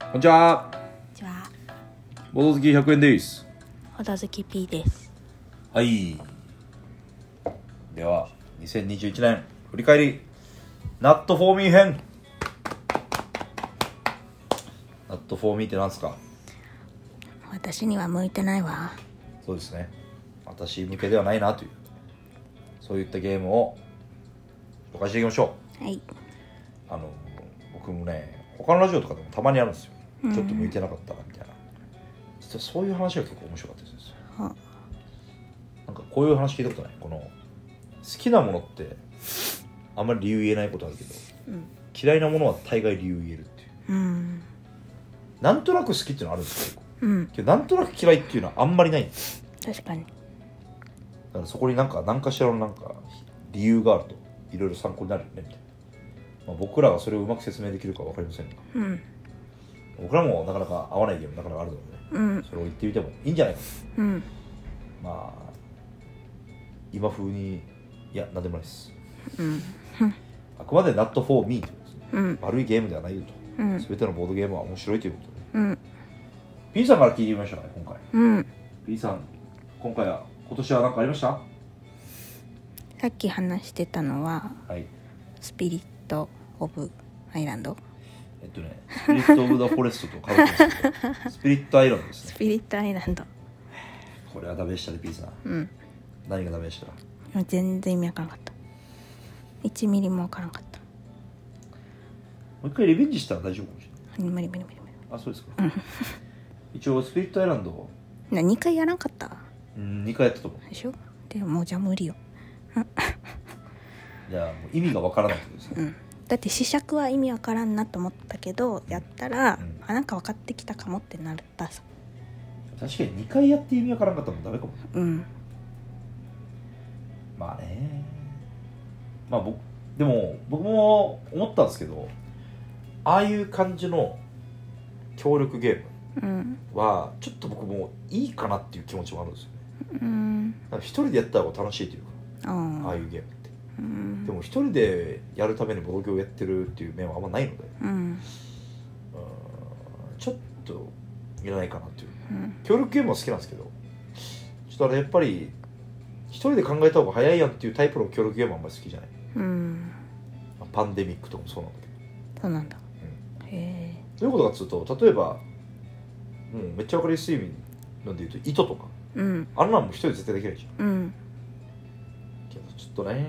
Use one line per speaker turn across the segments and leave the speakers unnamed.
こんにちは
こんにちは
ボト好き100円です
ほどずき P です
はいでは2021年振り返りナットフォーミー編ナットフォーミーってなんですか
私には向いてないわ
そうですね私向けではないなというそういったゲームを紹介していきましょ
はい、
うあの僕もね他のラジオとかでもたまにあるんですよちょっと向いてなかったなみたいな実はそういう話が結構面白かったりするんですよ
あ
なんかこういう話聞いたことないこの好きなものってあんまり理由言えないことあるけど
うん
嫌いなものは大概理由言えるっていう
うん
なんとなく好きっていうのはあるんですよ結構
うん
けどなんとなく嫌いっていうのはあんまりないんです
確かに
だからそこになんか何かしらのなんか理由があるといろいろ参考になるよねみたいな、まあ、僕らがそれをうまく説明できるか分かりませんが
うん
僕らもなかなか合わないゲームなかなかあるので、ね、
うん
それを言ってみてもいいんじゃないか
うん
とまあ今風にいや何でもないです
うん
あくまで Not for me ということですね
うん
悪いゲームではないよと
うん
全てのボードゲームは面白いということで
うん
P さんから聞いてみましょうね今回
うん
P さん今回は今年は何かありましたは
さっき話してたのはいスピリット・オブ・アイランド
えっとねスピリット・オブ・ザ・フォレストとかぶってますけどスピ リット・アイランドですね
スピリット・アイランド
これはダメでしたね P さん
うん
何がダメでした
全然意味わからなかった1ミリもわからなかった
もう一回リベンジしたら大丈夫かもしれ
無理無理無理無理
ないあそうですか一応スピリット・アイランド
な2回やらんかった
うん2回やったと思う
でしょでももうじゃあ無理よ
じゃあもう意味がわからないってことですね
うんだって試着は意味わからんなと思ったけどやったら、
うん
あなんか分かってきたかもってなったさ
確かに2回やって意味わからんかったらもうダメかも
うん
まあねまあ僕でも僕も思ったんですけどああいう感じの協力ゲー
うん
ムはちょっと僕もいいかなっていう気持ちもあるんですよね
うん
なんか一人でやった方が楽しいというか
あ
ああ
あ
いうゲームって
うん
でも一人でやるためにボドゲをやってるっていう面はあんまないので
うん
うんちょっといらないかなっていう
うん
協力ゲームは好きなんですけどちょっとあれやっぱり一人で考えた方が早いやんっていうタイプの協力ゲームはあんまり好きじゃない
うん
まあパンデミックとかもそうなんだけど
そうなんだ、へ
どういうことかっつうと例えばもうめっちゃ分かりやすい意味なんで言うと糸とか
えうん
あんなんも一人で絶対できないじゃ
うん
んけどちょっとね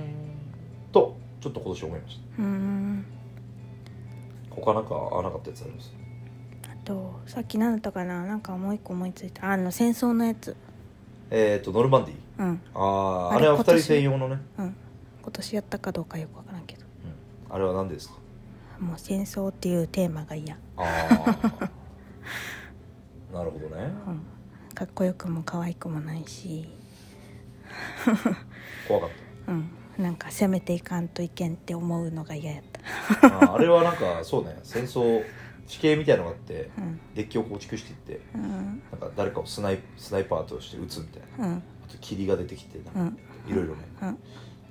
とちょっと今年思いまし
うん
た他なんか合わなかったやつあります
あとさっき何だったかななんかもう一個思いついたあの戦争のやつ
えっ、ー、とノルマンディ
うん
あああ
あ
れ
れ
は二
今
人
年
専用のね、
うん今年やったかどうかよく分からんけど
うん、あれは何でですか
もう戦争っていうテーマが嫌、
あ あなるほどね
うん、かっこよくも可愛くもないし
怖かっ
うん、なんか攻めていかんといけんって思うのが嫌やった
たあーあれはなんかそうね戦争地形みたいのがあって
うん
デッキを構築していって
うん
なんか誰かをスナイスナイパーとして撃つみたいな
う
あ
ん
と霧が出てきてなんか
うん
いろいろね、
うん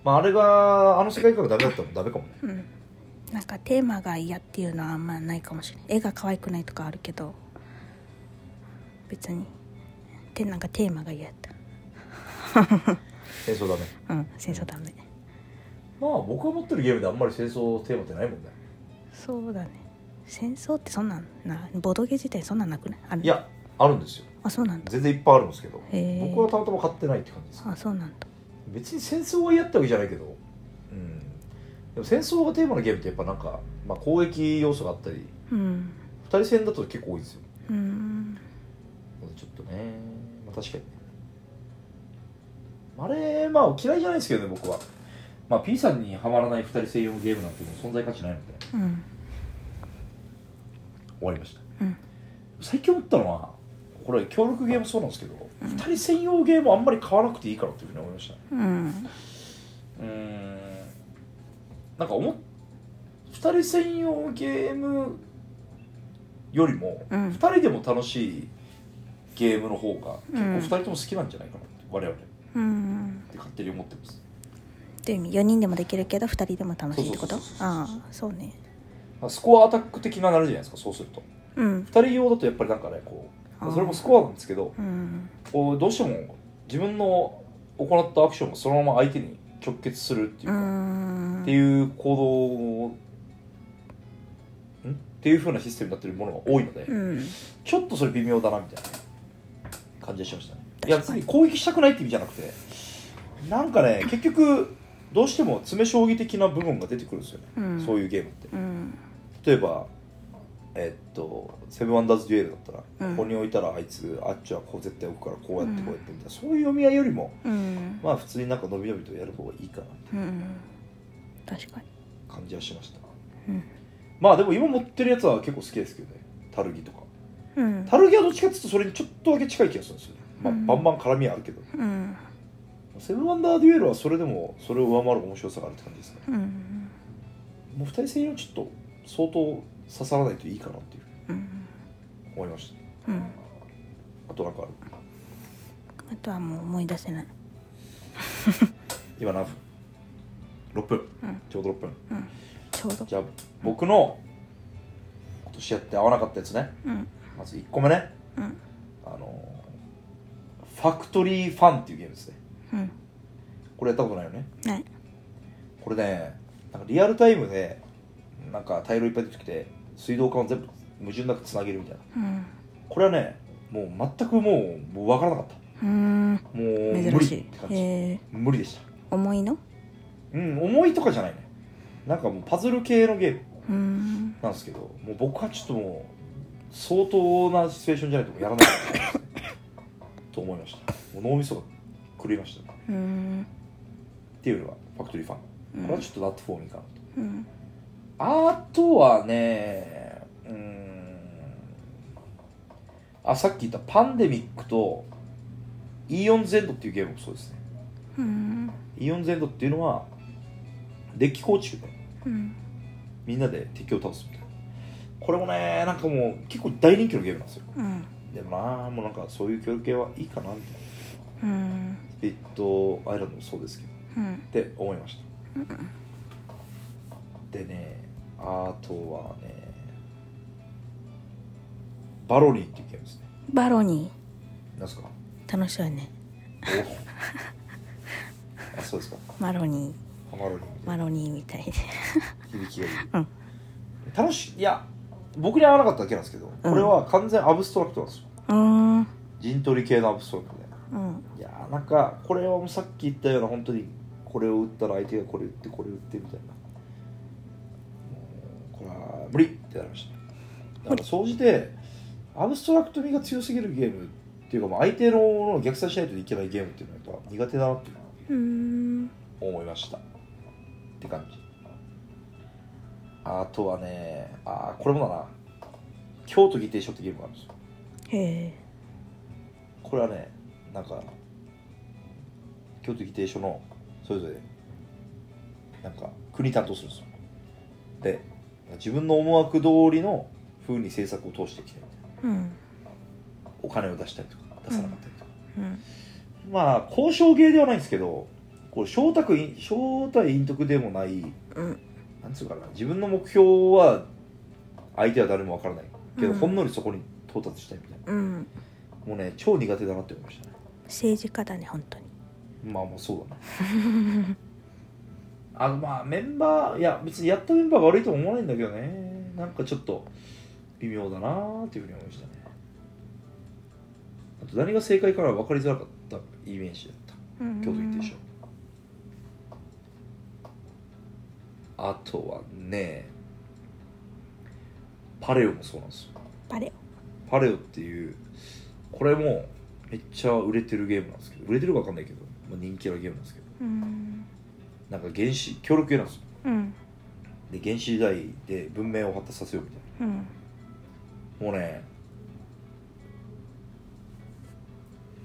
まあ、あれがあの世界観がダメだったらダメかもね
うんなんかテーマが嫌っていうのはあんまないかもしれない絵が可愛くないとかあるけど別にてなんかテーマが嫌やっ
戦争ダメ
たうん戦争ダメ
まあ僕が持ってるゲームであんまり戦争テーマってないもんね
そうだね戦争ってそんなんなボドゲ自体そんなんなくないある
いやあるんですよ
あそうなんだ
全然いっぱいあるんですけど
へえ
僕はたまたま買ってないって感じです
あそうなんだ
別に戦争は嫌ってわけじゃないけどうんでも戦争がテーマのゲームってやっぱなんか、まあ、攻撃要素があったり
うん
二人戦だと結構多いですよ
うん
ちょっとね、まあ、確かにねあれまあ嫌いじゃないですけどね僕はまあ P さんにはまらない二人専用ゲームなんてもう存在価値ないので
うん
終わりました
うん
最近思ったのはこれ協力ゲームそうなんですけど、二人専用ゲームあんまり買わなくていいかなというふうに思いました
うん
うーんなんか思っ2人専用ゲームよりも、
う
二
ん
2人でも楽しいゲームの方が結構
うん
2人とも好きなんじゃないかなって我々っ
うん
て勝手に思ってます
っていう意味4人でもできるけど2人でも楽しいってこ
そ
と
うそうそうそうそう
ああそうね
まあスコアアタック的ななるじゃないですかそうすると
ううん
2人用だとやっぱりなんかねこ
あー
うそれもスコアなんですけど
うん
こうどうしても自分の行ったアクションがそのまま相手に直結するっていう
う
か、
ん
っていう行動をんっていう風なシステムになってるものが多いので、
うん
ちょっとそれ微妙だなみたいな感じがしましたねいや
確か
別に
に
攻撃したくないって意味じゃなくてなんかね結局どうしても詰将棋的な部分が出てくるんですよね、
うん
そういうゲームって
うん
例えばえっとセブンアンダーズデュエルだったら、
うん
ここに置いたらあいつあっちはこう絶対置くからこうやってこうやってみたいな、そういう読み合いよりも
うん
まあ普通になんか伸び伸びとやる方がいいかなって
うん確かに
感じはしました
うん
まあでも今持ってるやつは結構好きですけどねタルギとか
うん
タルギはどっちかっていうとそれにちょっとだけ近い気がするんですよね、まあ
うん
バンバン絡みはあるけど
うん
セブンアンダーデュエルはそれでもそれを上回る面白さがあるって感じですね
うん
もう2人専用ちょっと相当刺さらないといいかなっていう
うん
思いました
うん
あとなんかある
あとはもう思い出せない
今何分 ?6 分、
うん
ちょうど6分
ちょうど
じゃあ僕の今年やって合わなかったやつね
うん
まず1個目ね
うん
あのーファクトリーファンっていうゲームですね
うん
これやったことないよね
ない
これねなんかリアルタイムでなんか大量いっぱい出てきて水道管を全部矛盾なくつなげるみたいな
うん
これはねもう全くもうもう分からなかった
うーん
もう無
珍
理
し
っ
い
て感
へ
じ
え
無理でした
重いの
うん重いとかじゃないねなんかもうパズル系のゲーム
うーん
なんですけどもう僕はちょっともう相当なシチュエーションじゃないとやらないと思いましたもう脳みそが狂いましたね
うーん
っていうのがファクトリーファン
うん
これはちょっとラットフォーミーかなと
うん
あとはね、うーん、あ、さっき言ったパンデミックとイオンゼンドっていうゲームもそうですね。
うん
イオンゼンドっていうのは、デッキ構築で
うん
みんなで敵を倒すみたいな。これもね、なんかもう結構大人気のゲームなんですよ。
うん
で、まあ、もうなんかそういう協力系はいいかなみたいな。
うん
スピリットアイランドもそうですけど、
うん
って思いました。でね、あとはね、バロニーっていうゲームですね。
バロニ
なんすか
ー楽しそうやね
おあ、そうですか。
マロニ
ハマロニーみ
ー
たい
マロニーみたいで
な響きがいい。
うん
楽しい、いや、僕に合わなかっただけなんですけど、これは完全アブストラクトなんですよ。
うーん
陣取り系のアブストラクトで。
うん
いやーなんか、これはもうさっき言ったような、本当にこれを打ったら相手がこれ打って、これ打ってみたいな。もうこれは無理ってなりましたね。だから、総じて、アブストラクト味が強すぎるゲームっていうか、まあ相手のものを逆算しないといけないゲームっていうのはやっぱ苦手だなっていうのは
うーん
思いましたって感じあとはねあーこれもだな京都議定書ってゲームがあるんですよ
へえ
これはねなんか京都議定書のそれぞれなんか国担当するんですよで自分の思惑通りの風に政策を通していきたいみたいな
うん
お金を出したりとか出さなかったりとか、
うん
まあ交渉芸ではないんですけどこう招待隠招待隠匿でもない
うん
なんつうかな自分の目標は相手は誰もわからないけど、
うん
ほんのりそこに到達したいみたい
うん
なもうね超苦手だなって思いましたね
政治家だね本当に
まあもうそうだね あのまあメンバーいや別にやったメンバーが悪いとも思わないんだけどねなんかちょっと微妙だなっていうふうに思いましたねあと何が正解かは分かりづらかったイメージだった京都行ってでしょあとはねパレオもそうなんですよ
バレ
パレオっていうこれもめっちゃ売れてるゲームなんですけど売れてるか分かんないけど、まあ、人気なゲームなんですけど
うん
なんか原始協力系なんですよ
うん
で原始時代で文明を発達させようみたい
うん
なもうね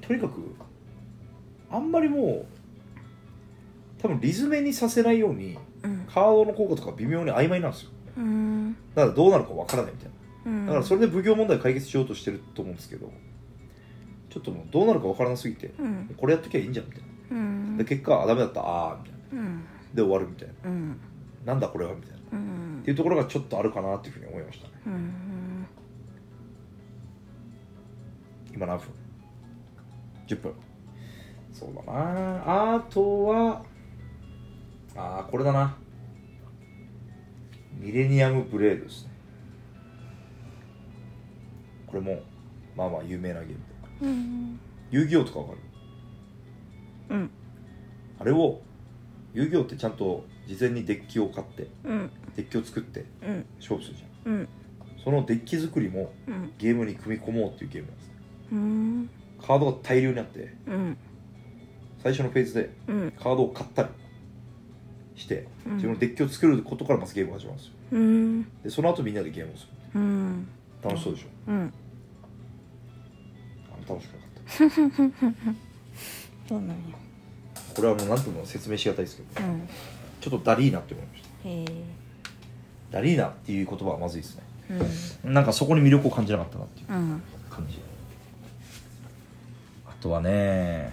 とにかくあんまりもう多分リズメにさせないように
うん
カードの効果とか微妙に曖昧なんですよ
うん
だからどうなるかわからないみたい
うん
なだからそれで奉行問題解決しようとしてると思うんですけどちょっともうどうなるかわからなすぎて
うん
これやっときゃいいんじゃんみたいな
うん
で結果あダメだったああみたいな
うん
で終わるみたいな
うん
なんだこれはみたいなっ
うん
ていうところがちょっとあるかなっていうふうに思いましたね
うん
今何分 ?10 分そうだなあとはああこれだなミレニアムブレードですねこれもまあまあ有名なゲームで
うん
遊戯王とかわかる
うん
あれを遊戯王ってちゃんと事前にデッキを買って
うん
デッキを作って
うん
勝負するじゃん
うん
そのデッキ作りも
うん
ゲームに組み込もうっていうゲームなんですね
うん
カードが大量にあって
うん
最初のフェーズで
うん
カードを買ったりして
うん
自分のデッキを作ることからまずゲームが始まるんですよ
うん
でその後みんなでゲームをする
うん
楽しそうでしょ
うん
あの楽しくなかっ
そうなんや
たこれはもう何とも説明しがたいですけど
うん
ちょっとダリーナって思いました
へえ
ダリーナっていう言葉はまずいですね
う
なんかそこに魅力を感じなかったなっていうん
うん
感じあとはね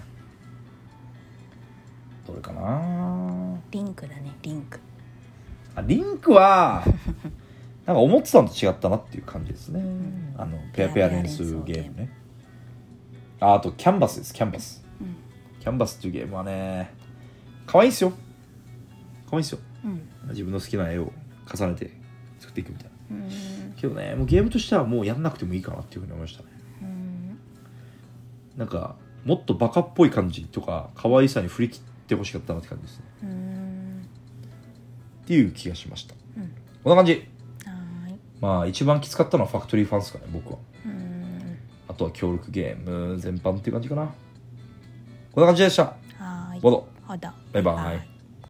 どれかな
リンクだねリンク
あリンク はなんか思ってたのと違ったなっていう感じですね、
ん
あのペアペア連数ゲームねああとキャンバスですキャンバス
うん
キャンバスっていうゲームはね可愛いですよ可愛いですよ
うん
自分の好きな絵を重ねて作っていくみたいな
うん
けどねもうゲームとしてはもうやんなくてもいいかなっていうふうに思いましたね
うん
なんかもっとバカっぽい感じとか可愛さに振り切ってほしかったなって感じですね
うん
っていう気がしました
うん
こんな感じ
はーい
まあ一番きつかったのはファクトリーファンですかね僕は
うん
あとは協力ゲーム全般っていう感じかなこんな感じでした
はーい
ボド
ほど
バイバイ